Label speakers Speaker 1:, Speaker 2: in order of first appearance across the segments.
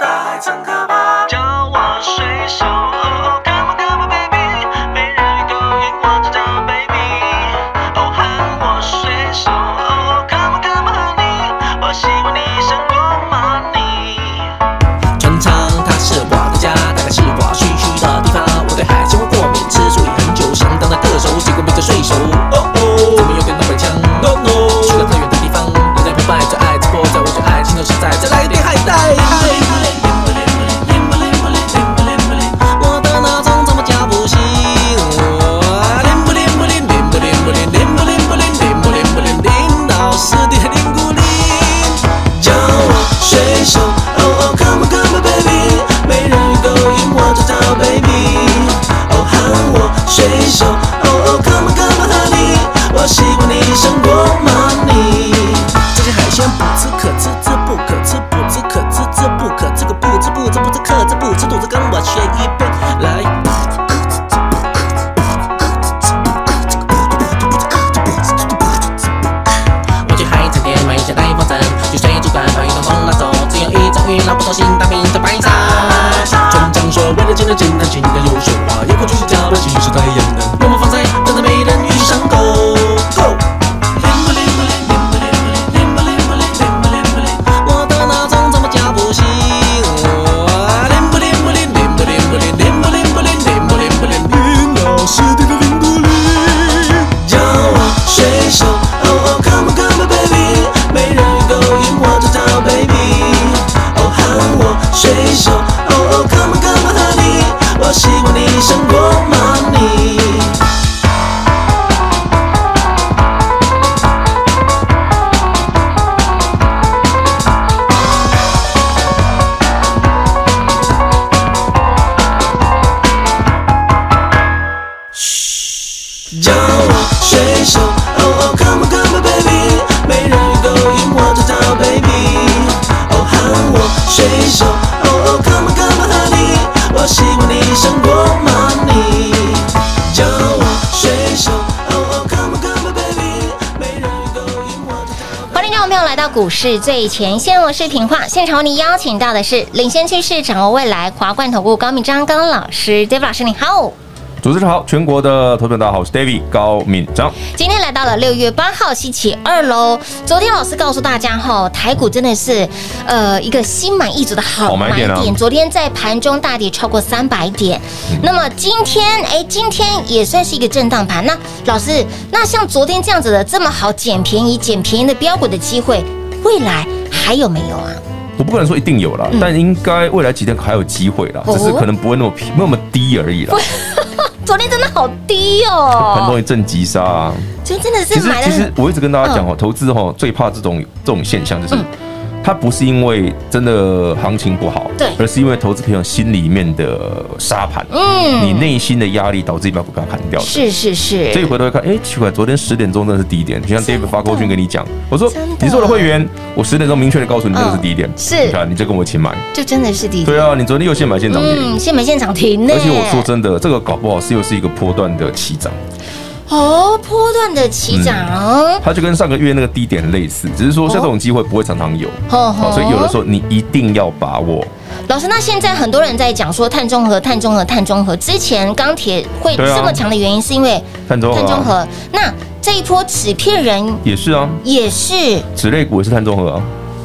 Speaker 1: 打开整个吧，叫我水手。哦哦，Come on come on baby，没人勾引我知道 baby。哦，喊我水手。哦哦，Come on come on honey，我喜欢你胜过 money。
Speaker 2: 船舱它是我的家，大概是我去去的地方。我对海鲜会过敏，吃素也很久，相当的恪守，结果变成水手。哦哦，怎么有点老北腔？No no，去了太远的地方，人家不败，最爱吃锅仔，我最爱青豆实在，再来一点海带。我的闹钟怎么叫不醒我铃不铃不铃铃不铃不铃铃不铃不铃铃不铃不铃铃到十点铃不铃。
Speaker 1: 叫我水手。哦哦，Come on come on baby，没人勾引我知道 baby。哦，喊我水手。哦哦，Come on come on honey，我喜欢你胜过 money。
Speaker 2: 这些海鲜不吃可吃，吃不可吃，不吃可吃，吃不可吃，个不吃不吃不吃可吃不吃，肚子跟我学一遍来。我去海产店买一件带风筝，去水族馆把鱼统统拿走，只有一种鱼拿不走，心脏病在白沙。船长说，为了简单简单，请个优秀啊，有空去睡觉，不其实太阳能。默默放在，真的没人鱼上钩。Go。我的闹钟怎么叫不醒我？铃不铃不铃铃不铃不铃铃不铃不铃铃不铃不铃铃，老师的铃不铃。
Speaker 1: 叫我水手，哦哦，come on come on baby，没人勾引我知道 baby，哦喊我水手，哦哦，come on come on honey，我喜欢你胜过 money。叫我水手，哦哦，come on come on baby，没人勾引我知道 baby，哦喊我水手，哦哦，come on come on honey，我喜欢你胜过 money。叫我水手，哦哦，come on come on baby，没人勾引我知道。
Speaker 3: 欢迎听众朋友来到股市最前线，我是平化。现场为您邀请到的是领先趋势、掌握未来华冠投顾高敏章高老师，David 老师，你好。
Speaker 4: 主持人好，全国的投资者大家好，我是 David 高敏章。
Speaker 3: 今天来到了六月八号星期二喽。昨天老师告诉大家哈，台股真的是呃一个心满意足的好
Speaker 4: 好
Speaker 3: 买
Speaker 4: 买
Speaker 3: 点。
Speaker 4: 点啊嗯
Speaker 3: 昨天在盘中大跌超过三百点，那么今天哎，今天也算是一个震荡盘。那老师，那像昨天这样子的这么好捡便宜、捡便宜的标股的机会，未来还有没有啊？
Speaker 4: 我不敢说一定有啦，但应该未来几天还有机会啦，
Speaker 3: 嗯哦
Speaker 4: 只是可能不会那么平那么低而已啦。
Speaker 3: 昨天真的好低
Speaker 4: 很
Speaker 3: 哦
Speaker 4: 容，易震急杀啊。
Speaker 3: 就真的
Speaker 4: 其
Speaker 3: 是
Speaker 4: 实
Speaker 3: 买
Speaker 4: 其实
Speaker 3: 了嗯
Speaker 4: 我一直跟大家讲哦，投资哦最怕这种这种现象，就是它不是因为真的行情不好，
Speaker 3: 对
Speaker 4: 而是因为投资朋友心里面的沙盘，
Speaker 3: 嗯
Speaker 4: 你内心的压力导致你把股票砍掉的。
Speaker 3: 是是是，
Speaker 4: 所以回头一看，哎、奇怪，昨天十点钟真的是低点，就像
Speaker 3: 真的
Speaker 4: David 发过讯跟你讲，我说
Speaker 3: 真的
Speaker 4: 你是我的会员，我十点钟明确的告诉你这个是低点，
Speaker 3: 嗯是
Speaker 4: 你看你就跟我一起买，
Speaker 3: 就真的是低。
Speaker 4: 对啊，你昨天又现买现涨停。
Speaker 3: 嗯，现买现涨停呢。
Speaker 4: 而且我说真的，这个搞不好是又是一个波段的起涨，
Speaker 3: 哦，波段的起涨，
Speaker 4: 它就跟上个月那个低点类似，只是说像这种机会不会常常有，
Speaker 3: 哦
Speaker 4: 好，所以有的时候你一定要把握。
Speaker 3: 老师，那现在很多人在讲说碳中和、碳中和、碳中和。之前钢铁会
Speaker 4: 对啊
Speaker 3: 这么强的原因，是因为
Speaker 4: 碳中和啊
Speaker 3: 和那这一波纸片人
Speaker 4: 也是啊，
Speaker 3: 也是
Speaker 4: 此类股也是碳中和啊，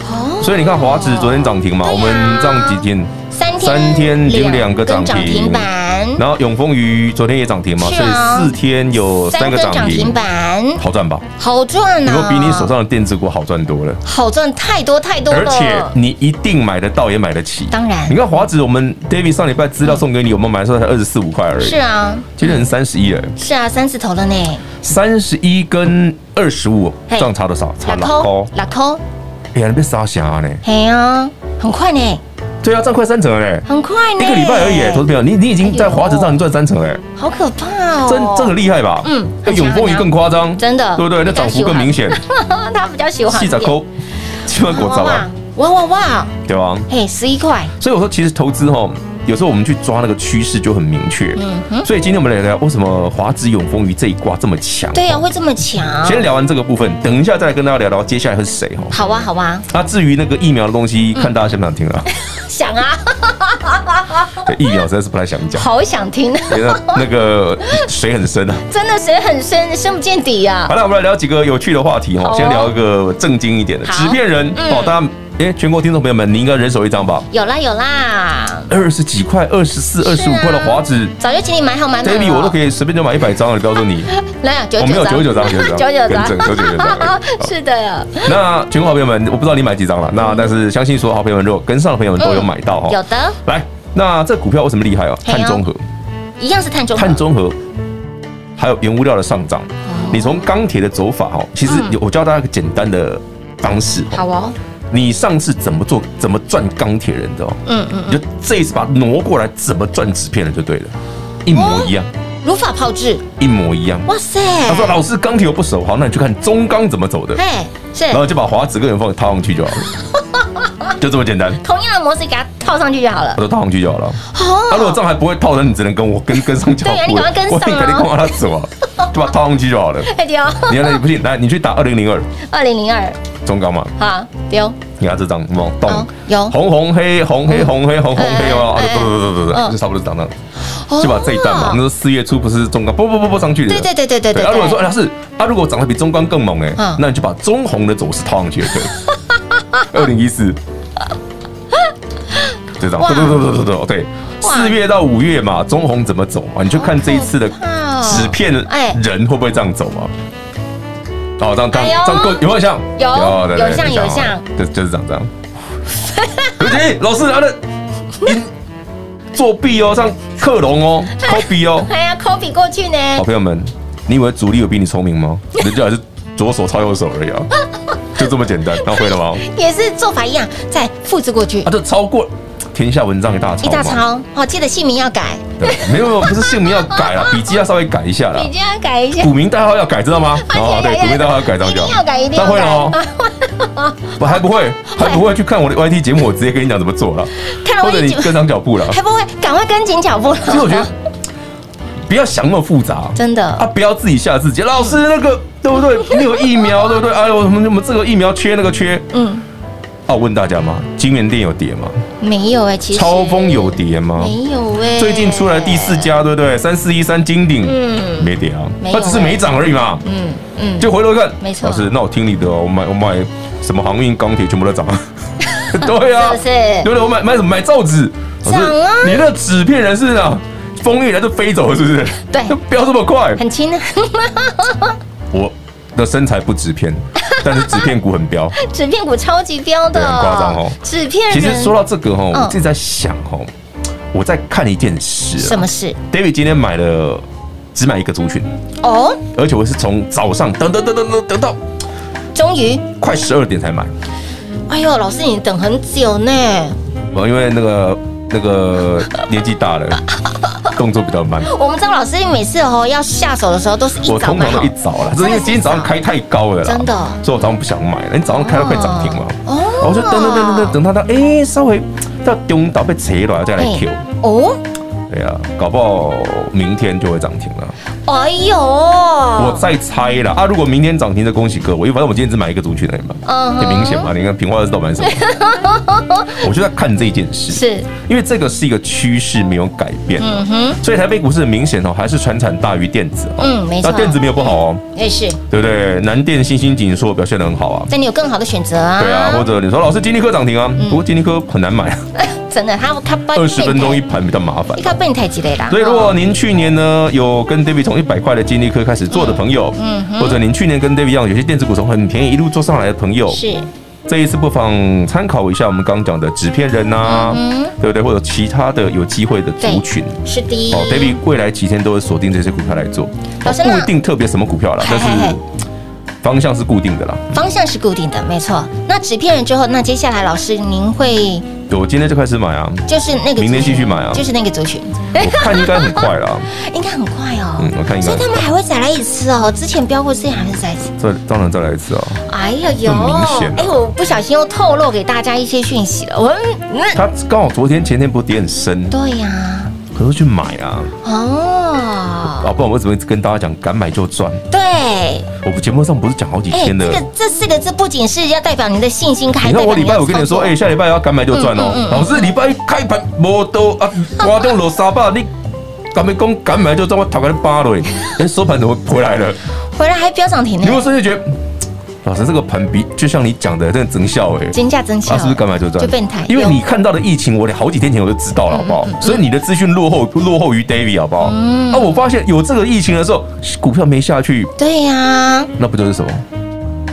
Speaker 3: 哦，
Speaker 4: 所以你看华指昨天涨停嘛，
Speaker 3: 对啊
Speaker 4: 我们这样几天，
Speaker 3: 三天
Speaker 4: 三天已经两个
Speaker 3: 根
Speaker 4: 涨停
Speaker 3: 涨停板，
Speaker 4: 然后永丰余昨天也涨停嘛，
Speaker 3: 嗯是
Speaker 4: 所以
Speaker 3: 啊
Speaker 4: 四天有三个
Speaker 3: 根
Speaker 4: 涨
Speaker 3: 涨
Speaker 4: 停
Speaker 3: 停，板，
Speaker 4: 好赚吧？
Speaker 3: 好赚
Speaker 4: 有没
Speaker 3: 啊！
Speaker 4: 有比你手上的电子股好赚多了？
Speaker 3: 好赚太多太多
Speaker 4: 而
Speaker 3: 了，
Speaker 4: 且你一定买得到，也买得起。
Speaker 3: 当然
Speaker 4: 你看华指，我们 David 上礼拜资料送给你，我们买的时候才二十四五块而已，
Speaker 3: 是啊
Speaker 4: 今天三十一哎，
Speaker 3: 是啊，三字头了呢，
Speaker 4: 三十一跟二十五，
Speaker 3: 嘿
Speaker 4: 这样差多少？差
Speaker 3: 拉
Speaker 4: 老高
Speaker 3: 扣，拉扣，啊
Speaker 4: 哎呀，你被杀瞎呢！
Speaker 3: 嘿呀，很快呢，
Speaker 4: 对啊，赚快三成嘞，
Speaker 3: 很快呢，
Speaker 4: 一个礼拜而已，
Speaker 3: 哎
Speaker 4: 投资朋友，你你已经在华子上已经赚三成哎，
Speaker 3: 好可怕哦，
Speaker 4: 真这很厉害吧？
Speaker 3: 嗯
Speaker 4: 那
Speaker 3: 很强
Speaker 4: 永丰鱼更夸张，
Speaker 3: 真的
Speaker 4: 对不对？那涨幅更 明显，
Speaker 3: 啊他比较喜欢
Speaker 4: 细仔 抠，七万果糟啊，
Speaker 3: 哇哇哇，
Speaker 4: 对吧？
Speaker 3: 嘿，十一块，
Speaker 4: 所以我说，其实投资哈，有时候我们去抓那个趋势就很明确。
Speaker 3: 嗯
Speaker 4: 所以今天我们来聊为什么华子永丰鱼这一卦这么强。
Speaker 3: 对啊呀，会这么强？
Speaker 4: 先聊完这个部分，等一下再来跟大家聊聊接下来是谁哈。
Speaker 3: 好啊，好啊，
Speaker 4: 那至于那个疫苗的东西，看大家想不想听了。
Speaker 3: 想啊，
Speaker 4: 对，疫苗实在是不太想讲，
Speaker 3: 嗯好想听，
Speaker 4: 因为那那个水很深啊。
Speaker 3: 真的水很深，深不见底啊呀
Speaker 4: 好。了，我们来聊几个有趣的话题
Speaker 3: 好
Speaker 4: 哦。
Speaker 3: 哦
Speaker 4: 先聊一个正经一点的，
Speaker 3: 好
Speaker 4: 纸片人
Speaker 3: 嗯
Speaker 4: 哦，大家哎，全国听众朋友们，你应该人手一张吧？
Speaker 3: 有啦有啦，
Speaker 4: 二十几块、二十四、二十
Speaker 3: 是
Speaker 4: 五
Speaker 3: 啊
Speaker 4: 块的华纸
Speaker 3: 早就请你买好买满
Speaker 4: ，David
Speaker 3: 了。
Speaker 4: 我都可以随便就买一百张了，你不要说你。
Speaker 3: 来九
Speaker 4: 我没有九九张，九九张，
Speaker 3: 九
Speaker 4: 更正，九九张。哎
Speaker 3: 是的，
Speaker 4: 那全国好朋友们，我不知道你买几张了，那但是相信所有好朋友们，如果跟上的朋友们都有买到哈。
Speaker 3: 嗯有的，
Speaker 4: 来，那这股票为什么厉害哦？
Speaker 3: 嘿哦
Speaker 4: 碳中和，
Speaker 3: 一样是碳中和，
Speaker 4: 碳中和，还有原物料的上涨。
Speaker 3: 哦
Speaker 4: 你从钢铁的走法哦，其实有我教大家一个简单的方式哦。
Speaker 3: 嗯好哦，
Speaker 4: 你上次怎么做，怎么赚钢铁人的哦，
Speaker 3: 嗯嗯，
Speaker 4: 你就这一次把它挪过来，怎么赚纸片人就对了，一模一样，
Speaker 3: 如法炮制，
Speaker 4: 一模一样。
Speaker 3: 哦哇塞，
Speaker 4: 他说：“老师，钢铁我不熟，好，那你去看中钢怎么走的。”
Speaker 3: 嘿，是
Speaker 4: 然后就把华子跟元凤套上去就好了， 就这么简单。
Speaker 3: 同样的模式给它套上去就好了
Speaker 4: 我，说套上去就好了。他、如果
Speaker 3: 哦，
Speaker 4: 这样还不会套的，你只能跟我跟跟上脚 步。
Speaker 3: 对啊你赶快跟上啊
Speaker 4: 我你肯定跟我他走啊，就把它套上去 就好了。
Speaker 3: 快丢，
Speaker 4: 你看，你不信，来，你 去打二零零二
Speaker 3: 二零零二，
Speaker 4: 中钢嘛，
Speaker 3: 好丢，
Speaker 4: 你看这张，有没有
Speaker 3: 好
Speaker 4: 动？
Speaker 3: 哦有
Speaker 4: 红红黑红黑红黑红红黑哦，
Speaker 3: 哎哎哎
Speaker 4: 不不不不
Speaker 3: 嗯
Speaker 4: 不，就差不多是这样，
Speaker 3: 哦
Speaker 4: 就把这一段嘛，那时候四月初不是中钢啵啵啵啵上去的。
Speaker 3: 对对对对对对
Speaker 4: 啊，如果说哎他是啊，如果涨得比中钢更猛哎
Speaker 3: 嗯，
Speaker 4: 那你就把中红的走势套上去，对， 二零一四。就这样，
Speaker 3: 哇
Speaker 4: 对对对对对对，
Speaker 3: 哇
Speaker 4: 四月到五月嘛，中红怎么走嘛？你就看这一次的
Speaker 3: 好可怕哦
Speaker 4: 纸片
Speaker 3: 哎
Speaker 4: 人会不会这样走嘛？哦，这样这
Speaker 3: 哎呦
Speaker 4: 样这样够有没有像？
Speaker 3: 有
Speaker 4: 对对
Speaker 3: 有像
Speaker 4: 对
Speaker 3: 有
Speaker 4: 这样
Speaker 3: 像
Speaker 4: 就就是这样这样。对不起，老师，他的作弊哦，像克隆 哦，copy 哦，
Speaker 3: 哎呀，copy 过去呢，
Speaker 4: 好朋友们，你以为主力有比你聪明吗？人家还是左手抄右手而已啊， 就这么简单。那会了吗？
Speaker 3: 也是做法一样，再复制过去
Speaker 4: 啊，，就抄过天下文章一大抄
Speaker 3: 一
Speaker 4: 嘛，
Speaker 3: 大抄，哦，记得姓名要改，
Speaker 4: 对。没有，没有不是姓名要 改啦，笔记要稍微改一下啦
Speaker 3: 你。这样改一下，
Speaker 4: 股民代号要改，知道 吗？
Speaker 3: 呀
Speaker 4: 哦，对，
Speaker 3: 呀
Speaker 4: 股民代号要改，这样
Speaker 3: 一
Speaker 4: 就
Speaker 3: 定
Speaker 4: 好
Speaker 3: 要改，一定
Speaker 4: 那
Speaker 3: 要
Speaker 4: 会
Speaker 3: 改
Speaker 4: 了，哦， 我还不会，还不会去看我的 YT 节目，我直接跟你讲怎么做 了，
Speaker 3: 看了
Speaker 4: 或
Speaker 3: 我
Speaker 4: 者
Speaker 3: 一
Speaker 4: 你
Speaker 3: 集
Speaker 4: 跟上脚步了。
Speaker 3: 还不会赶快跟紧脚步
Speaker 4: 其实我觉得
Speaker 3: 了，
Speaker 4: 不要想那么复杂，
Speaker 3: 真的
Speaker 4: 啊，不要自己吓自己。老师，那个对不对？那个疫苗对不对？哎呦，我们我们这个疫苗缺那个缺，
Speaker 3: 嗯，
Speaker 4: 啊，我问大家嘛，金源店有跌吗？
Speaker 3: 没有哎，其实
Speaker 4: 超风有跌吗？
Speaker 3: 没有哎，
Speaker 4: 最近出来第四家，对不对？三四一三金鼎，嗯，没跌啊
Speaker 3: 没，有
Speaker 4: 它只是没涨而已嘛。
Speaker 3: 嗯嗯，
Speaker 4: 就回头看，
Speaker 3: 没错
Speaker 4: 老师，那我听你的哦，我买我买什么航运、钢铁全部 都涨啊。对啊，
Speaker 3: 是不是
Speaker 4: 对不对？我买买什么？买造纸，老师
Speaker 3: 涨啊
Speaker 4: 你那纸片人是啊，风一来就飞走了，是不是？
Speaker 3: 对
Speaker 4: 不要这么快。
Speaker 3: 很轻，
Speaker 4: 我的身材不纸 片，但是纸片股很彪。
Speaker 3: 纸片股超级彪的，
Speaker 4: 对很夸张哦
Speaker 3: 纸片人
Speaker 4: 其实说到这个哈，哦
Speaker 3: 嗯
Speaker 4: 我自己在想哈，我在看一件事、啊
Speaker 3: 什么事
Speaker 4: David 今天买了，只买一个族群，
Speaker 3: 哦，
Speaker 4: 而且我是从早上等等等等等等到
Speaker 3: 终于，
Speaker 4: 快十二点才买，
Speaker 3: 哎呦，老师你等很久呢，
Speaker 4: 我因为那个那个年纪大了，动作比较慢。
Speaker 3: 我们知道老师每次哦要下手的时候都是一
Speaker 4: 我
Speaker 3: 早
Speaker 4: 通
Speaker 3: 买
Speaker 4: 常
Speaker 3: 好
Speaker 4: 都一，早了，只是因为今天早上开太高了啦，
Speaker 3: 真的哦
Speaker 4: 所以我早上不想买了。你早上开到快涨停嘛，
Speaker 3: 哦
Speaker 4: 然后我就等等等等等，等它到哎稍微到中岛被扯了再来 Q，
Speaker 3: 哦，
Speaker 4: 对啊，搞不好明天就会涨停了。
Speaker 3: 哎呦，
Speaker 4: 我
Speaker 3: 我
Speaker 4: 再猜啦啊！如果明天涨停的，恭喜各位，因为反正我今天只买一个族群而已嘛，
Speaker 3: 嗯哼
Speaker 4: 很明显嘛。你看平花就知道买 什么，我就在看这件事，
Speaker 3: 是嗯
Speaker 4: 因为这个是一个趋势没有改变的，所以台北股市很明显哦，还是传产大于电子哦。
Speaker 3: 嗯没错
Speaker 4: 那电子没有不好哦，
Speaker 3: 也是，
Speaker 4: 对不对？南电、新兴、紧缩表现得很好啊。
Speaker 3: 但你有更好的选择啊，嗯
Speaker 4: 对啊，或者你说老师金利科涨停啊，不过金利科很难买啊，
Speaker 3: 真的他他
Speaker 4: 二十分钟一
Speaker 3: 一，
Speaker 4: 盘比较麻烦
Speaker 3: 啊你。看被你太急累啦，
Speaker 4: 所以，如果您去年呢有跟 David 从一百块的金利科开始做的朋友，
Speaker 3: 嗯
Speaker 4: 或者您去年跟 David 一样有些电子股从很便宜一路做上来的朋友，
Speaker 3: 是
Speaker 4: 这一次不妨参考一下我们刚讲的纸片人呐、啊，
Speaker 3: 嗯
Speaker 4: 对不对？或者其他的有机会的族群。
Speaker 3: 是的，
Speaker 4: 哦，David 未来几天都会锁定这些股票来做，
Speaker 3: 老师
Speaker 4: 不
Speaker 3: 那
Speaker 4: 一定特别什么股票啦，
Speaker 3: 嘿
Speaker 4: 但是
Speaker 3: 嘿嘿
Speaker 4: 方向是固定的啦。
Speaker 3: 方向是固定的，没错。那纸片人之后，那接下来老师您会
Speaker 4: 我今天就开 始买啊，
Speaker 3: 就是那个族群
Speaker 4: 明天继续买啊
Speaker 3: 就是那个族群，
Speaker 4: 我看应该很快啦。
Speaker 3: 应该很快哦。
Speaker 4: 嗯我看应该
Speaker 3: 所以他们还会再来一次哦。之前标过，之前还会再来一次。
Speaker 4: 这当然再来一次啊。
Speaker 3: 哎呀呦，
Speaker 4: 很明显啊
Speaker 3: 哎，我不小心又透露给大家一些讯息了。我们嗯，
Speaker 4: 它刚好昨天前天不是跌很深，
Speaker 3: 对呀、
Speaker 4: 可是去买啊，
Speaker 3: 嗯哦，
Speaker 4: 啊，不然我怎么一直跟大家讲敢买就赚？
Speaker 3: 对，
Speaker 4: 我们节目上不是讲好几
Speaker 3: 哎，这
Speaker 4: 天的？
Speaker 3: 个这四个字不仅是要代表你的信心，还
Speaker 4: 你
Speaker 3: 代表
Speaker 4: 看我礼拜五跟你说，
Speaker 3: 的
Speaker 4: 哎，
Speaker 3: 操作
Speaker 4: 下礼拜要敢买就赚
Speaker 3: 嗯
Speaker 4: 哦。老师，礼拜一开盘摩都啊，刮掉罗沙巴，你敢没讲敢买就赚？我头给你 扒了，哎，收盘怎么回来了？
Speaker 3: 回来还飙涨停呢
Speaker 4: 你，会甚至觉得，嗯老师这个盘比就像你讲的，真的增效哎。
Speaker 3: 金价增
Speaker 4: 他
Speaker 3: 强，
Speaker 4: 是不是敢买就赚？
Speaker 3: 就变态，嗯
Speaker 4: 因为
Speaker 3: 有
Speaker 4: 你看到的疫情，我好几天前我就知道了，好不好？所以你的资讯落后落后于 David，好不好？
Speaker 3: 嗯
Speaker 4: 啊，我发现有这个疫情的时候，股票没下去，
Speaker 3: 对呀、
Speaker 4: 那不就是什么？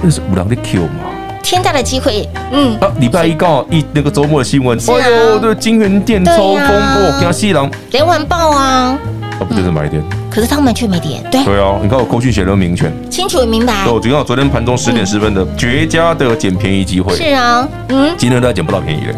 Speaker 4: 那是五郎的 Q 嘛。
Speaker 3: 天大的机会，嗯，
Speaker 4: 啊，礼拜一刚好一那个周末的新闻，
Speaker 3: 啊
Speaker 4: 哎呦，这个金源店
Speaker 3: 对啊嗯
Speaker 4: 超风波，跟西郎，
Speaker 3: 连环爆啊！
Speaker 4: 啊，不就是买点？
Speaker 3: 可是他们却没跌，对，
Speaker 4: 对啊，你看我扣讯写的明确，
Speaker 3: 清楚明白
Speaker 4: 对，，我刚好昨天盘中十点十分的绝佳的捡便宜机会，
Speaker 3: 是啊，嗯，
Speaker 4: 今天都捡不到 便宜了，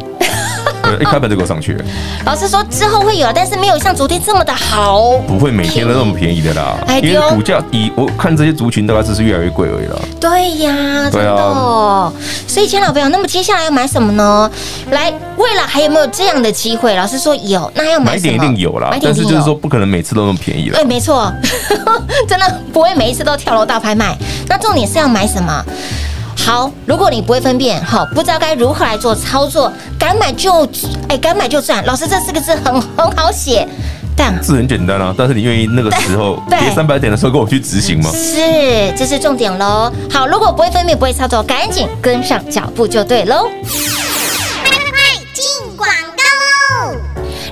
Speaker 4: 对一开盘就给我上去了，
Speaker 3: 老师说之后会有，但是没有像昨天这么的好，
Speaker 4: 不会每天都那么便宜的啦
Speaker 3: 哎，
Speaker 4: 因
Speaker 3: 对哦
Speaker 4: 为股价以我看这些族群大概只是越来越贵而已啦。
Speaker 3: 对呀，真
Speaker 4: 对
Speaker 3: 的
Speaker 4: 啊
Speaker 3: 哦，所以钱老朋友，那么接下来要买什么呢？来，未来还有没有这样的机会？老师说有，那要买
Speaker 4: 买
Speaker 3: 什么？
Speaker 4: 点一定有啦
Speaker 3: 买，点
Speaker 4: 但
Speaker 3: 一
Speaker 4: 是
Speaker 3: 定
Speaker 4: 就是说
Speaker 3: 有。嗯
Speaker 4: 不可能每次都那么便宜啦
Speaker 3: 哎对，。没错， 真的不会每一次都跳楼大拍卖。那重点是要买什么？好，如果你不会分辨，好，不知道该如何来做操作，敢买就哎，敢买就赚。老师，这四个字很很好写，但
Speaker 4: 是很简单啊，但是你愿意那个时候
Speaker 3: 对
Speaker 4: 跌三百点的时候跟我去执行吗？
Speaker 3: 是这是重点喽。好，如果不会分辨、不会操作，赶紧跟上脚步就对喽。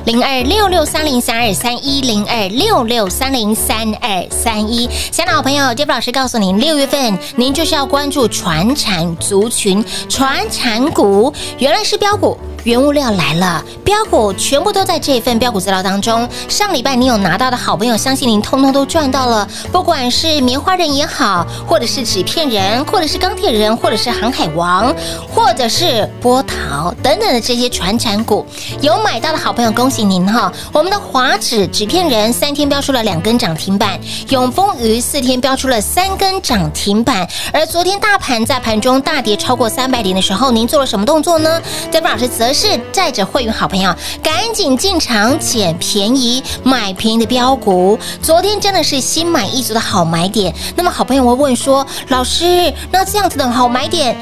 Speaker 3: 零二六六三零三二三一零二六六三零三二三一。想老朋友，Jeff 老师告诉您，六月份您就是要关注传产族群、传产股，原来是标股。原物料来了，标股全部都在这份标股资料当中。上礼拜你有拿到的好朋友，相信您通通都赚到了。不管是棉花人也好，或者是纸片人，或者是钢铁人，或者是航海王，或者是波涛等等的这些传产股，有买到的好朋友，恭喜您哈！我们的华指纸片人三天标出了两根涨停板，永丰余四天标出了三根涨停板。而昨天大盘在盘中大跌超过三百点的时候，您做了什么动作呢？d 老师则是带着会员好朋友赶紧进场捡便宜，买便宜的标股。昨天真的是心满意足的好买点。那么好朋友会问说，老师，那这样子的好买点，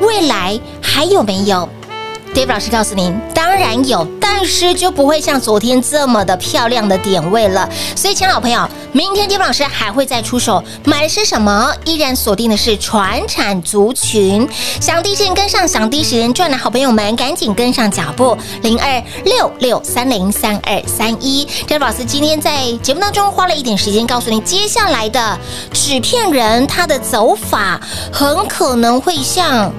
Speaker 3: 未来还有没有？Dave 老师告诉您，当然有，但是就不会像昨天这么的漂亮的点位了。所以，亲爱的老朋友，明天 Dave 老师还会再出手，买的是什么？依然锁定的是传产族群。想第一时间跟上，想第一时间赚的好朋友们，赶紧跟上脚步，零二六六三零三二三一。Dave 老师今天在节目当中花了一点时间告诉你，接下来的纸片人他的走法很可能会像。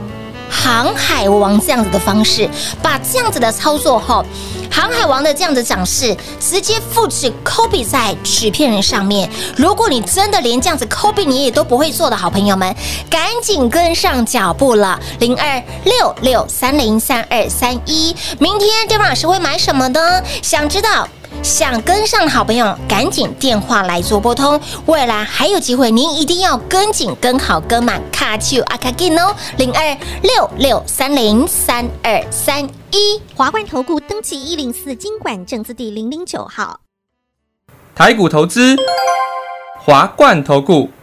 Speaker 3: 航海王这样子的方式，把这样子的操作后，航海王的这样的涨势直接复制 copy 在纸片人上面。如果你真的连这样子 copy 你也都不会做的好朋友们，赶紧跟上脚步了。零二六六三零三二三一，明天对方老师会买什么呢？想知道。想跟上的好朋友，赶紧电话来做拨通，未来还有机会，您一定要跟紧、跟好、跟满，卡丘阿卡金哦，零二六六三零三二三一。
Speaker 5: 华冠投顾登记一零四经管证字第零零九号。
Speaker 6: 台股投资，华冠投顾。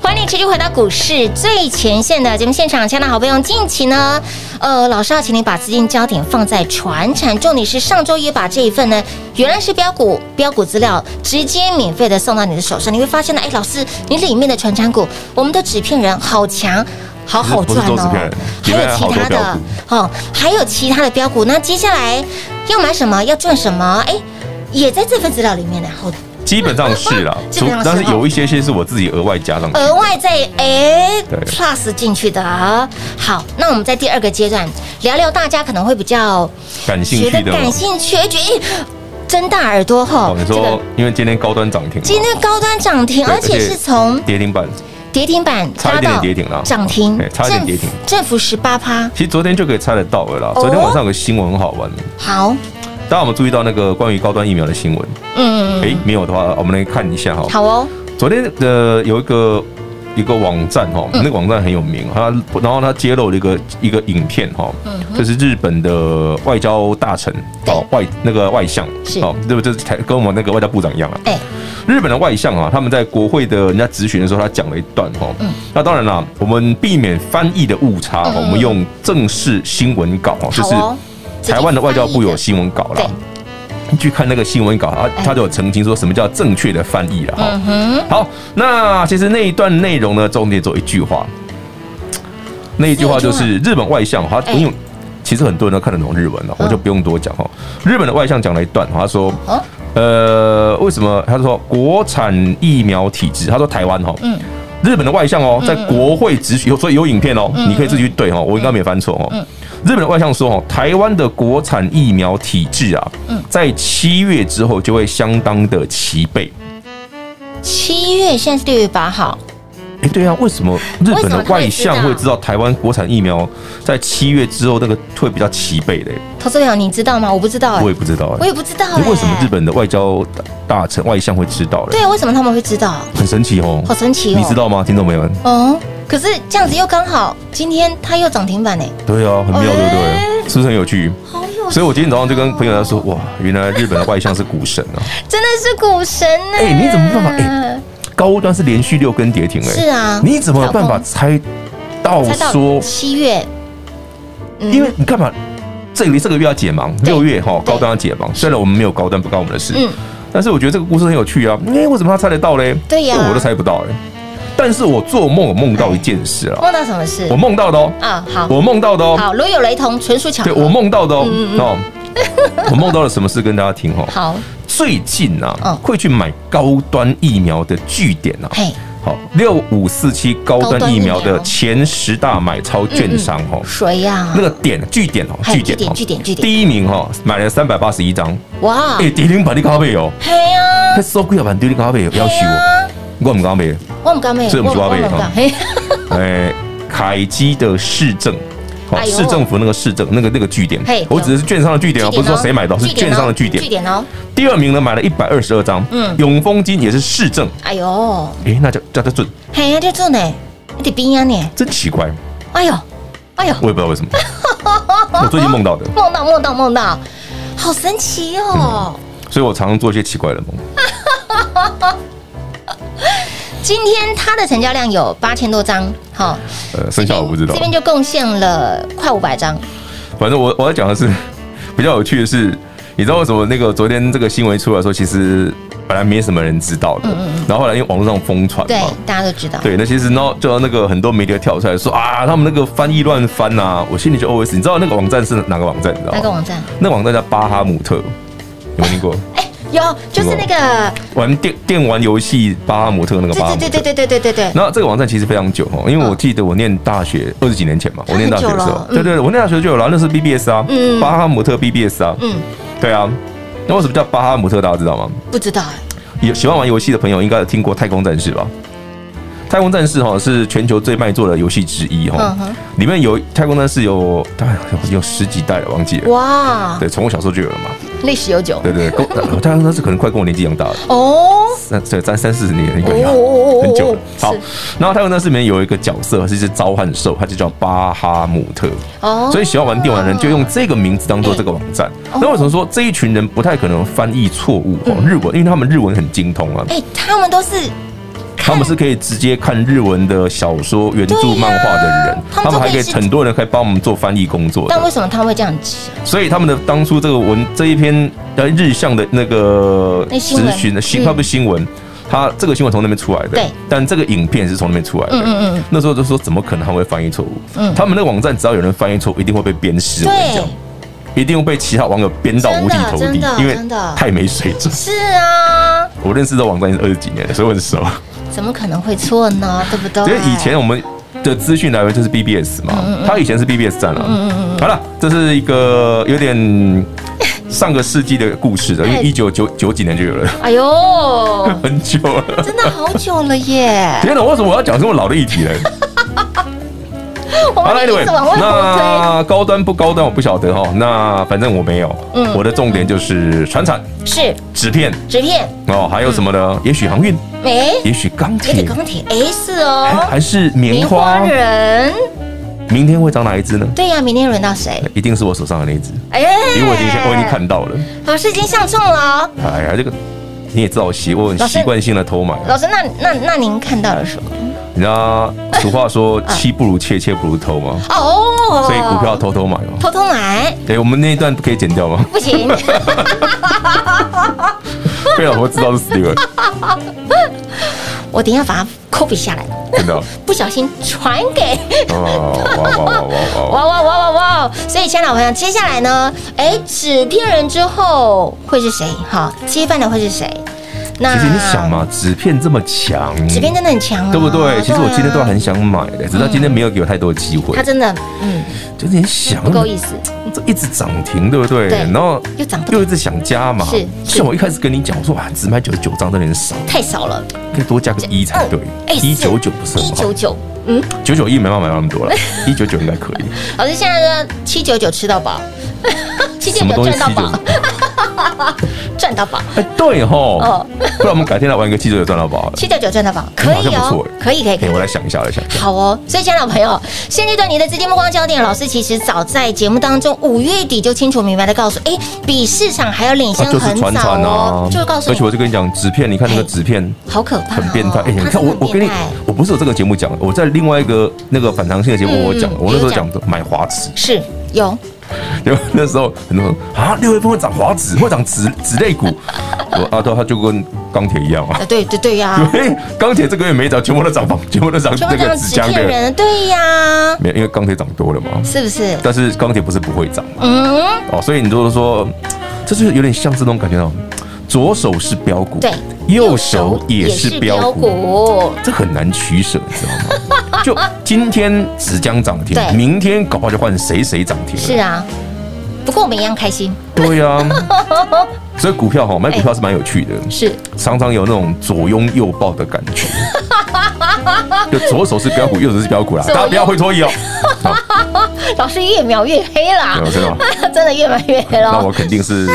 Speaker 3: 欢迎你持续回到股市最前线的节目现场，亲爱的好朋友，近期呢，呃，老师要请你把资金焦点放在船产，重点是上周也把这一份呢，原来是标股标股资料直接免费的送到你的手上，你会发现呢，哎，老师，你里面的船产股，我们的纸片人好强。好好
Speaker 4: 不是
Speaker 3: 赚
Speaker 4: 不是都是
Speaker 3: 哦
Speaker 4: 骗人，里
Speaker 3: 还有
Speaker 4: 面还
Speaker 3: 其
Speaker 4: 好多
Speaker 3: 他
Speaker 4: 标
Speaker 3: 的
Speaker 4: 股
Speaker 3: 哦，还有其他的标股。那接下来要买什么，要赚什么？哎，也在这份资料里面呢。好，
Speaker 4: 基本上是啦
Speaker 3: ，基本上是哦呃
Speaker 4: 但是有一些些是我自己额外加上去的，
Speaker 3: 额外再哎
Speaker 4: 对
Speaker 3: plus 进去的啊。好，那我们在第二个阶段聊聊大家可能会比较
Speaker 4: 感兴趣
Speaker 3: 觉得
Speaker 4: 的吗。
Speaker 3: 感兴趣，哎觉得哎睁大耳朵吼
Speaker 4: 哦，你
Speaker 3: 这
Speaker 4: 说
Speaker 3: 个，
Speaker 4: 因为今天高端涨停嘛，
Speaker 3: 今天高端涨停，
Speaker 4: 对
Speaker 3: 而且是从
Speaker 4: 跌停板，
Speaker 3: 跌停板
Speaker 4: 差一点点跌停
Speaker 3: 拉到
Speaker 4: 啦
Speaker 3: 涨停
Speaker 4: 对，差一点
Speaker 3: 政
Speaker 4: 跌停
Speaker 3: 政府十八趴。
Speaker 4: 其实昨天就可以猜得到了啦。
Speaker 3: 哦
Speaker 4: 昨天晚上有个新闻很好玩，
Speaker 3: 好，
Speaker 4: 大家有没有注意到那个关于高端疫苗的新闻？
Speaker 3: 嗯，
Speaker 4: 诶，没有的话，我们来看一下哈。
Speaker 3: 好哦，
Speaker 4: 昨天的有一个一个网站哈，
Speaker 3: 嗯
Speaker 4: 那个网站很有名，它然后它揭露了一个一个影片哈，就是日本的外交大臣
Speaker 3: 嗯对
Speaker 4: 哦外那个外相
Speaker 3: 是
Speaker 4: 哦，对不对？就是跟我们那个外交部长一样啊。
Speaker 3: 哎，
Speaker 4: 日本的外相啊，他们在国会的人家质询的时候，他讲了一段哈。那当然啦，我们避免翻译的误差哈，
Speaker 3: 嗯嗯嗯嗯
Speaker 4: 我们用正式新闻稿哈，就
Speaker 3: 好
Speaker 4: 是
Speaker 3: 哦。
Speaker 4: 台湾的外交部有新闻稿啦
Speaker 3: 对。哎
Speaker 4: 你去看那个新闻稿，啊他他就有澄清说什么叫正确的翻译哦了哈。
Speaker 3: 嗯哼，
Speaker 4: 好，那其实那一段内容呢，重点只有一句话，那一句话就是日本外相哈，
Speaker 3: 哎
Speaker 4: 因为其实很多人都看得懂日文了，哦我就不用多讲哈。日本的外相讲了一段，他说
Speaker 3: 哦，
Speaker 4: 呃，为什么？他说国产疫苗体制，他说台湾哈，哦
Speaker 3: 嗯
Speaker 4: 日本的外相哦，在国会质询，有所以有影片哦，你可以自己去对哦，我应该没翻错哦。日本的外相说哦，台湾的国产疫苗体制啊，在七月之后就会相当的齐备。
Speaker 3: 七月现在是六月八号，
Speaker 4: 哎，对啊，为什么日本的外
Speaker 3: 为什么他会知
Speaker 4: 相
Speaker 3: 道
Speaker 4: 会知道台湾国产疫苗在七月之后那个会比较齐备的？
Speaker 3: 投资朋友你知道吗？我不知道哎
Speaker 4: 我，也不知道
Speaker 3: 我
Speaker 4: 哎
Speaker 3: 也，不知道哎，
Speaker 4: 为什么日本的外交大臣外相会知道嘞
Speaker 3: 对？啊？为什么他们会知道？
Speaker 4: 很神奇哦，
Speaker 3: 好神奇哦！
Speaker 4: 你知道吗，听众朋友们？
Speaker 3: 哦，可是这样子又刚好，今天它又涨停板哎，
Speaker 4: 对啊，很妙，对不
Speaker 3: 哎
Speaker 4: 对？是不是很有趣？
Speaker 3: 好有哦
Speaker 4: 所以我今天早上就跟朋友在说，哇，原来日本的外相是股神啊！
Speaker 3: 真的是股神呢、
Speaker 4: 哎你怎么办法哎高端是连续六根跌停哎，
Speaker 3: 是啊
Speaker 4: 你怎么有办
Speaker 3: 老
Speaker 4: 法
Speaker 3: 公
Speaker 4: 猜到
Speaker 3: 猜到
Speaker 4: 说？
Speaker 3: 七月，嗯
Speaker 4: 因为你干嘛？这个这个月要解盲，六月哈
Speaker 3: 对
Speaker 4: 高端要解盲，虽然我们没有高端不关我们的事，
Speaker 3: 嗯
Speaker 4: 但是我觉得这个故事很有趣啊。哎，为什么他猜得到嘞？
Speaker 3: 对呀
Speaker 4: 因为我都猜不到哎。但是我做梦，我梦到一件事啊，
Speaker 3: 梦到什么事
Speaker 4: 我梦到的哦，
Speaker 3: 啊？好，
Speaker 4: 我梦到的哦，
Speaker 3: 好，如有雷同，纯属巧合。
Speaker 4: 对我梦到的哦，哦，我梦到了什么事跟大家听哦。
Speaker 3: 好，
Speaker 4: 最近啊
Speaker 3: 嗯，
Speaker 4: 会去买高端疫苗的据点啊，
Speaker 3: 嘿，
Speaker 4: 好，六五四七高
Speaker 3: 哎高端
Speaker 4: 端
Speaker 3: 疫
Speaker 4: 疫苗
Speaker 3: 苗
Speaker 4: 的前十大买超券商哦，
Speaker 3: 谁呀、
Speaker 4: 那个点据点哦，
Speaker 3: 还有
Speaker 4: 据点哦，
Speaker 3: 哎据点据点据点
Speaker 4: 第一名哈、买了三百八十一张，
Speaker 3: 哇
Speaker 4: 哎、，跌停板你咖 啡哦，
Speaker 3: 嘿呀、
Speaker 4: 他收贵啊，板跌停咖啡要修 哦，我唔敢买，
Speaker 3: 我们刚没，
Speaker 4: 所以我们
Speaker 3: 我
Speaker 4: 抓
Speaker 3: 们
Speaker 4: 背
Speaker 3: 刚
Speaker 4: 哈
Speaker 3: 嘿，
Speaker 4: 哎、凯基的市政。好，
Speaker 3: 哎呦
Speaker 4: 市政府那个市政那个那个据点
Speaker 3: 嘿，
Speaker 4: 我指的是券商的据点哦，
Speaker 3: 据
Speaker 4: 不是说
Speaker 3: 哦
Speaker 4: 谁买到，是
Speaker 3: 据
Speaker 4: 券
Speaker 3: 哦
Speaker 4: 商的据点
Speaker 3: 据。点哦，
Speaker 4: 第二名呢，买了一百二十二张，
Speaker 3: 嗯
Speaker 4: 永丰金也是市政，
Speaker 3: 哎呦，
Speaker 4: 哎，那叫叫叫准，
Speaker 3: 嘿呀，就这呢，你得冰呀呢，
Speaker 4: 真奇怪，
Speaker 3: 哎呦，哎呦，
Speaker 4: 我也不知道为什么，我最近梦到的，
Speaker 3: 梦到梦到梦到，好神奇哦！
Speaker 4: 所以我常常做一些奇怪的梦。
Speaker 3: 今天它的成交量有八千多张，好、
Speaker 4: 呃，剩下我不知道
Speaker 3: 这。边就贡献了快五百张，
Speaker 4: 反正我我要 讲的是比较有趣的是，你知道为什么那个昨天这个新闻出来的时候，其实本来没什么人知道的，然后后来因为网络上疯传
Speaker 3: 嗯对
Speaker 4: 嘛，，
Speaker 3: 大家都知道。
Speaker 4: 对，那其实呢，就让那个很多媒体跳出来说啊，他们那个翻译乱翻呐、我心里就 OS，你知道那个网站是哪个网站？你知道
Speaker 3: 那个
Speaker 4: 吗？
Speaker 3: 网站
Speaker 4: 那网站叫巴哈姆特，有没有听过？
Speaker 3: 有，就是那个，
Speaker 4: 玩电电玩游戏巴哈姆特那个巴哈姆
Speaker 3: 对
Speaker 4: 特。
Speaker 3: 对对对对对对对对，
Speaker 4: 那这个网站其实非常久哦，因为我记得我念大学二十几年前嘛，我念大学的时
Speaker 3: 嗯很久
Speaker 4: 候
Speaker 3: 了，嗯
Speaker 4: 对对，对我念大学就有了，那是 BBS 啊，
Speaker 3: 嗯
Speaker 4: 巴哈姆特 BBS 啊，
Speaker 3: 嗯，
Speaker 4: 对啊。那为什么叫巴哈姆特？大家知道吗？
Speaker 3: 不知道哎，
Speaker 4: 有喜欢玩游戏的朋友应该有听过《太空战士》吧？《太空战士》哈是全球最卖座的游戏之一哈
Speaker 3: 嗯哼，
Speaker 4: 里面有《太空战士》有大概有有十几代了，忘记了。
Speaker 3: 哇，
Speaker 4: 对，从我小时候就有了嘛。
Speaker 3: 历史悠久
Speaker 4: 对对对，跟太空战士可能快跟我年纪一样大了。
Speaker 3: 哦，
Speaker 4: 三对三三四十年应该
Speaker 3: 哦哦哦哦
Speaker 4: 有很久了。
Speaker 3: 是
Speaker 4: 好，然后太空战士里面有一个角色是一只召唤兽，它就叫巴哈姆特。
Speaker 3: 哦，
Speaker 4: 所以喜欢玩电玩的人就用这个名字当做这个网站。那为什么说这一群人不太可能翻译错误哦？日文，因为他们日文很精通啊，
Speaker 3: 嗯哎，他们都是
Speaker 4: 他们是可以直接看日文的小说、原著、
Speaker 3: 对呀
Speaker 4: 漫画的人，
Speaker 3: 他们
Speaker 4: 他们还
Speaker 3: 都可
Speaker 4: 可
Speaker 3: 以
Speaker 4: 以
Speaker 3: 是
Speaker 4: 很多人可以帮我们做翻译工作
Speaker 3: 但为
Speaker 4: 的。
Speaker 3: 什么他们会这样啊子？
Speaker 4: 所以他们的当初这个文这一篇呃日向的那个
Speaker 3: 那新闻
Speaker 4: 咨询的新，它不是新闻。它这个新闻从那边出来的，
Speaker 3: 对
Speaker 4: 但这个影片是从那边出来的。
Speaker 3: 嗯嗯嗯
Speaker 4: 那时候就说，怎么可能他们会翻译错误？
Speaker 3: 嗯
Speaker 4: 他们那个网站只要有人翻译错，误，一定会被鞭尸。我跟你讲
Speaker 3: 对，，
Speaker 4: 一定会被其他网友鞭到五体投
Speaker 3: 真
Speaker 4: 地
Speaker 3: 的真，的
Speaker 4: 因为
Speaker 3: 真的
Speaker 4: 太没水准。
Speaker 3: 是啊，
Speaker 4: 我认识这网站也是二十几年了，所以我很熟。
Speaker 3: 怎么可能会错呢？对不对？嗯
Speaker 4: 所以以前我们的资讯来源就是 BBS 嘛，它以前是 BBS 站啊。好了，这是一个有点上个世纪的故事了，因为
Speaker 3: 哎
Speaker 4: 一九九九几年就有了，
Speaker 3: 哎呦，
Speaker 4: 很久了。
Speaker 3: 真的好久了耶！
Speaker 4: 天哪，为什么我要讲这么老的议题呢？
Speaker 3: 我
Speaker 4: 好了
Speaker 3: 们一
Speaker 4: ，Anyway，
Speaker 3: 直往外猛
Speaker 4: 那高端不高端我不晓得哈，那反正我没有，
Speaker 3: 嗯
Speaker 4: 我的重点就是船产、
Speaker 3: 推，是
Speaker 4: 纸片
Speaker 3: 纸片，
Speaker 4: 哦，还有什么呢？也许航运，
Speaker 3: 哎，
Speaker 4: 也许钢
Speaker 3: 有
Speaker 4: 铁
Speaker 3: 嗯点。钢铁，哎，是
Speaker 4: 哎
Speaker 3: 哦，
Speaker 4: 还是棉花，
Speaker 3: 人，
Speaker 4: 明天会长哪一只呢？
Speaker 3: 对呀，明天轮到谁？
Speaker 4: 一定是我手上的那一只，
Speaker 3: 哎，
Speaker 4: 因为我已经我已经看到了。
Speaker 3: 老师已经相中了哦。
Speaker 4: 哎呀，这个你也知道，我习我很
Speaker 3: 老师
Speaker 4: 习惯性的偷买。啊
Speaker 3: 老师，那那那您看到了什么？
Speaker 4: 你 知道俗话说“妻不如妾，妾不如偷”吗？
Speaker 3: 嗯哦，
Speaker 4: 所以股票偷偷买嘛。
Speaker 3: 偷偷买
Speaker 4: 对，我们那一段可以剪掉吗？
Speaker 3: 不 行，
Speaker 4: 被老啊婆知道是 Steve，
Speaker 3: 我等一下把它 copy 下来，
Speaker 4: 真的哦。
Speaker 3: 不小心传给。
Speaker 4: 哦哇哇哇哇哇！
Speaker 3: 哇哇哇哇哇！所以，亲爱的朋友，接下来呢？哎，纸片人之后会是谁？哈，接班的会是谁？那
Speaker 4: 其实你想，嘛，纸片这么强，
Speaker 3: 嗯纸片真的很强、啊，
Speaker 4: 对不对？其实我今天都
Speaker 3: 对啊
Speaker 4: 很想买的，直到今天没有给我太多机会
Speaker 3: 他。真的，嗯，
Speaker 4: 就是你想
Speaker 3: 不够意思，
Speaker 4: 这一直涨停，对不对？
Speaker 3: 对
Speaker 4: 然后
Speaker 3: 又涨不停
Speaker 4: 又一直想加嘛。
Speaker 3: 是是
Speaker 4: 像我一开始跟你讲，我说哇，只买九十九张真的很少，
Speaker 3: 太少了，
Speaker 4: 可以多加个一才对。一九九不是
Speaker 3: 哎一九
Speaker 4: 很
Speaker 3: 哎
Speaker 4: 好，
Speaker 3: 九。
Speaker 4: 九九一没办法买那么多了，一九九应该可 以。
Speaker 3: 老师现在呢，七九九吃到饱， 七
Speaker 4: 什
Speaker 3: 九
Speaker 4: 么
Speaker 3: 九
Speaker 4: 东西
Speaker 3: 赚到
Speaker 4: 七九
Speaker 3: 饱？， 赚到饱，
Speaker 4: 哎，对吼
Speaker 3: 哦，
Speaker 4: 不然我们改天来玩一个七九九赚到宝。
Speaker 3: 七九九赚到饱，可
Speaker 4: 好
Speaker 3: 以
Speaker 4: 像不
Speaker 3: 哦
Speaker 4: 错哎，
Speaker 3: 可以可以可
Speaker 4: 哎，
Speaker 3: 以
Speaker 4: 我。来想一下，我来想一下。
Speaker 3: 好哦，所以，亲爱的朋友，现阶段你的资金目光焦点，老师其实早在节目当中五月底就清楚明白的告诉，哎，比市场还要领先
Speaker 4: 啊就是
Speaker 3: 很
Speaker 4: 传
Speaker 3: 早
Speaker 4: 产
Speaker 3: 哦
Speaker 4: 啊，，
Speaker 3: 就告诉
Speaker 4: 而且
Speaker 3: 你，
Speaker 4: 我
Speaker 3: 哎
Speaker 4: 就跟你讲，纸片，你看那个纸片，
Speaker 3: 好可怕哦，
Speaker 4: 很变态。哎，你
Speaker 3: 它
Speaker 4: 看我
Speaker 3: 真，的
Speaker 4: 我
Speaker 3: 很
Speaker 4: 跟你
Speaker 3: 变态，
Speaker 4: 我不是有这个节目讲，我在另外一个那个反常性的节目我讲
Speaker 3: 嗯，嗯
Speaker 4: 我那时
Speaker 3: 有
Speaker 4: 候
Speaker 3: 讲
Speaker 4: 讲的买华 纸，
Speaker 3: 是有
Speaker 4: 因为那时候很多人啊，六月份会涨华指，会涨纸纸类股。我阿豆他就跟钢铁一样啊
Speaker 3: 啊，，对对对 呀，
Speaker 4: 因为钢铁这个月没涨，全部都涨房，全部都涨
Speaker 3: 全部
Speaker 4: 那
Speaker 3: 这
Speaker 4: 个
Speaker 3: 样
Speaker 4: 纸
Speaker 3: 纸
Speaker 4: 箱
Speaker 3: 片
Speaker 4: 的。
Speaker 3: 人，对呀，
Speaker 4: 没有，因为钢铁涨多了嘛。
Speaker 3: 是不是？
Speaker 4: 但是钢铁不是不会涨嘛
Speaker 3: 嗯，
Speaker 4: 哦，所以你就是说，这就是有点像是那种感觉哦，左手是标股，
Speaker 3: 对，
Speaker 4: 右手也是标股，
Speaker 3: 股，
Speaker 4: 这很难取舍，你知道吗？就今天纸浆涨停
Speaker 3: 对，
Speaker 4: 明天搞不好就换谁谁涨停了。
Speaker 3: 是啊。不过我们一样开心，
Speaker 4: 对呀、所以股票哈，买股票是蛮有趣的，
Speaker 3: 是
Speaker 4: 常常有那种左拥右抱的感 觉。就左手是标股，右手是标股啦，
Speaker 3: 左
Speaker 4: 大
Speaker 3: 右
Speaker 4: 家不要会脱衣 哦。
Speaker 3: 老师越描越黑啦
Speaker 4: 对，我，知道，
Speaker 3: 真的越描越黑
Speaker 4: 嗯那
Speaker 3: 了。
Speaker 4: 我肯定是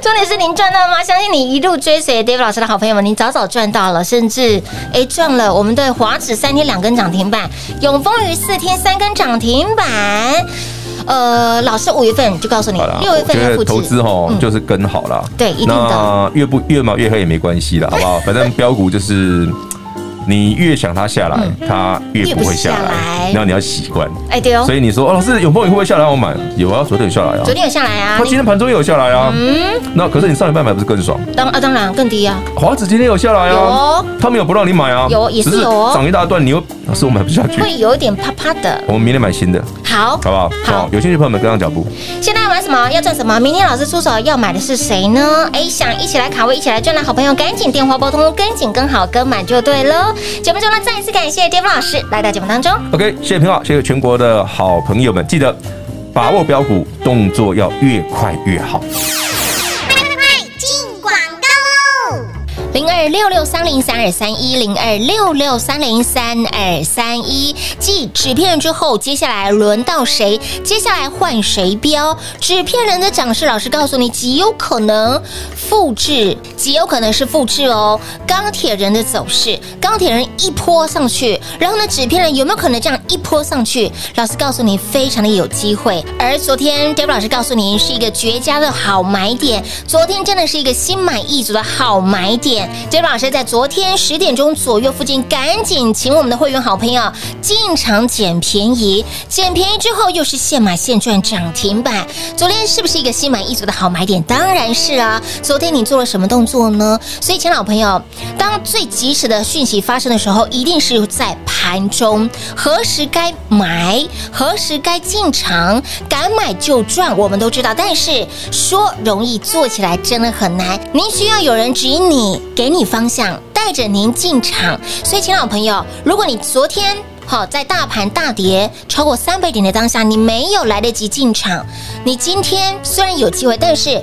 Speaker 3: 重点是您赚到了吗？相信你一路追随 David 老师的好朋友们，您早早赚到了，甚至哎赚了我们的华指三天两根涨停板，永丰鱼四天三根涨停板。呃，老师五月份就告诉你
Speaker 4: 好啦，。
Speaker 3: 六月
Speaker 4: 我
Speaker 3: 份
Speaker 4: 觉
Speaker 3: 要
Speaker 4: 得
Speaker 3: 复制嗯
Speaker 4: 投资哈，就是跟好啦。
Speaker 3: 对一定的
Speaker 4: 那越不越毛越黑也没关系啦，好不好？反正标股就是你越想它下来，它越不会下
Speaker 3: 嗯越不下
Speaker 4: 来
Speaker 3: 来，
Speaker 4: 然后你要习惯。
Speaker 3: 哎，对哦
Speaker 4: 所，以你说，哦，老师永丰你会不会下来？我买有啊，昨天有下来啊
Speaker 3: 昨，天有嗯下来啊
Speaker 4: 它，今天盘中也有下来啊。那可是你上礼拜买不是更爽？
Speaker 3: 你当啊当然更低啊，
Speaker 4: 华子今天有下来
Speaker 3: 有
Speaker 4: 啊，
Speaker 3: 哦
Speaker 4: 他没有不让你买啊，
Speaker 3: 有也是
Speaker 4: 只
Speaker 3: 有哦
Speaker 4: 涨一大段，你又老师我买不下去，
Speaker 3: 会有一点啪啪的。
Speaker 4: 我们明天买新的，
Speaker 3: 好，
Speaker 4: 好不好？
Speaker 3: 好
Speaker 4: 有兴趣的朋友们跟上脚步。
Speaker 3: 现在要玩什么？要赚什么？明天老师出手要买的是谁呢？哎，想一起来卡位、一起来赚的好朋友，赶紧电话拨通，跟紧、跟好、跟满就对喽。节目中呢，再一次感谢 Dave 老师来到节目当中。
Speaker 4: OK，谢谢平浩，谢谢全国的好朋友们，记得把握标股，动作要越快越好。
Speaker 7: 进广告喽！
Speaker 3: 零二六六三零三二三一零二六六三零三二三一。继纸片人之后，接下来轮到谁？接下来换谁标？纸片人的涨势，老师告诉你，极有可能复制，极有可能是复制哦。钢铁人的走势，钢铁人一波上去，然后呢，纸片人有没有可能这样一波上去？老师告诉你，非常的有机会。而昨天 d a v i d 老师告诉您，是一个绝佳的好买点。昨天真的是一个心满意足的好买点。d a v i d 老师在昨天十点钟左右附近，赶紧请我们的会员好朋友进场捡便宜，捡便宜之后又是现买现赚涨停板。昨天是不是一个心满意足的好买点？当然是啊。昨天你做了什么动作呢？所以，亲老朋友，当最及时的讯息发生的时候，一定是在盘中，何时该买，何时该进场，敢买就赚，我们都知道。但是说容易，做起来真的很难。您需要有人指引你，给你方向，带着您进场。所以，亲老朋友，如果你昨天好，在大盘大跌超过三百点的当下，你没有来得及进场，你今天虽然有机会，但是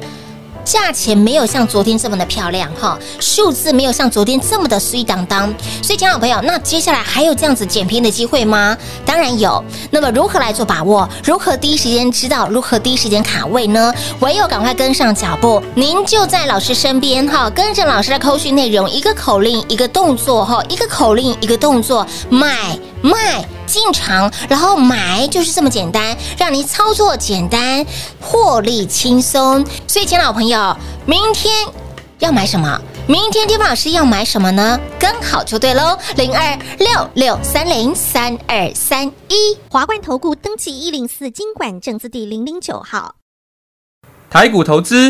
Speaker 3: 价钱没有像昨天这么的漂亮哈，数字没有像昨天这么的碎当当。所以，亲爱的朋友，那接下来还有这样子捡便宜的机会吗？当然有。那么如何来做把握？如何第一时间知道？如何第一时间卡位呢？唯有赶快跟上脚步，您就在老师身边哈，跟着老师的扣讯内容，一个口令一个动作哈，一个口令一个动作，买卖。进场，然后买，就是这么简单，让您操作简单，获利轻松。所以，亲爱的老朋友，明天要买什么？明天天宝老师要买什么呢？跟好就对喽，零二六六三零三二三一。
Speaker 5: 华冠投顾登记一零四经管证字第零零九号。
Speaker 6: 台股投资，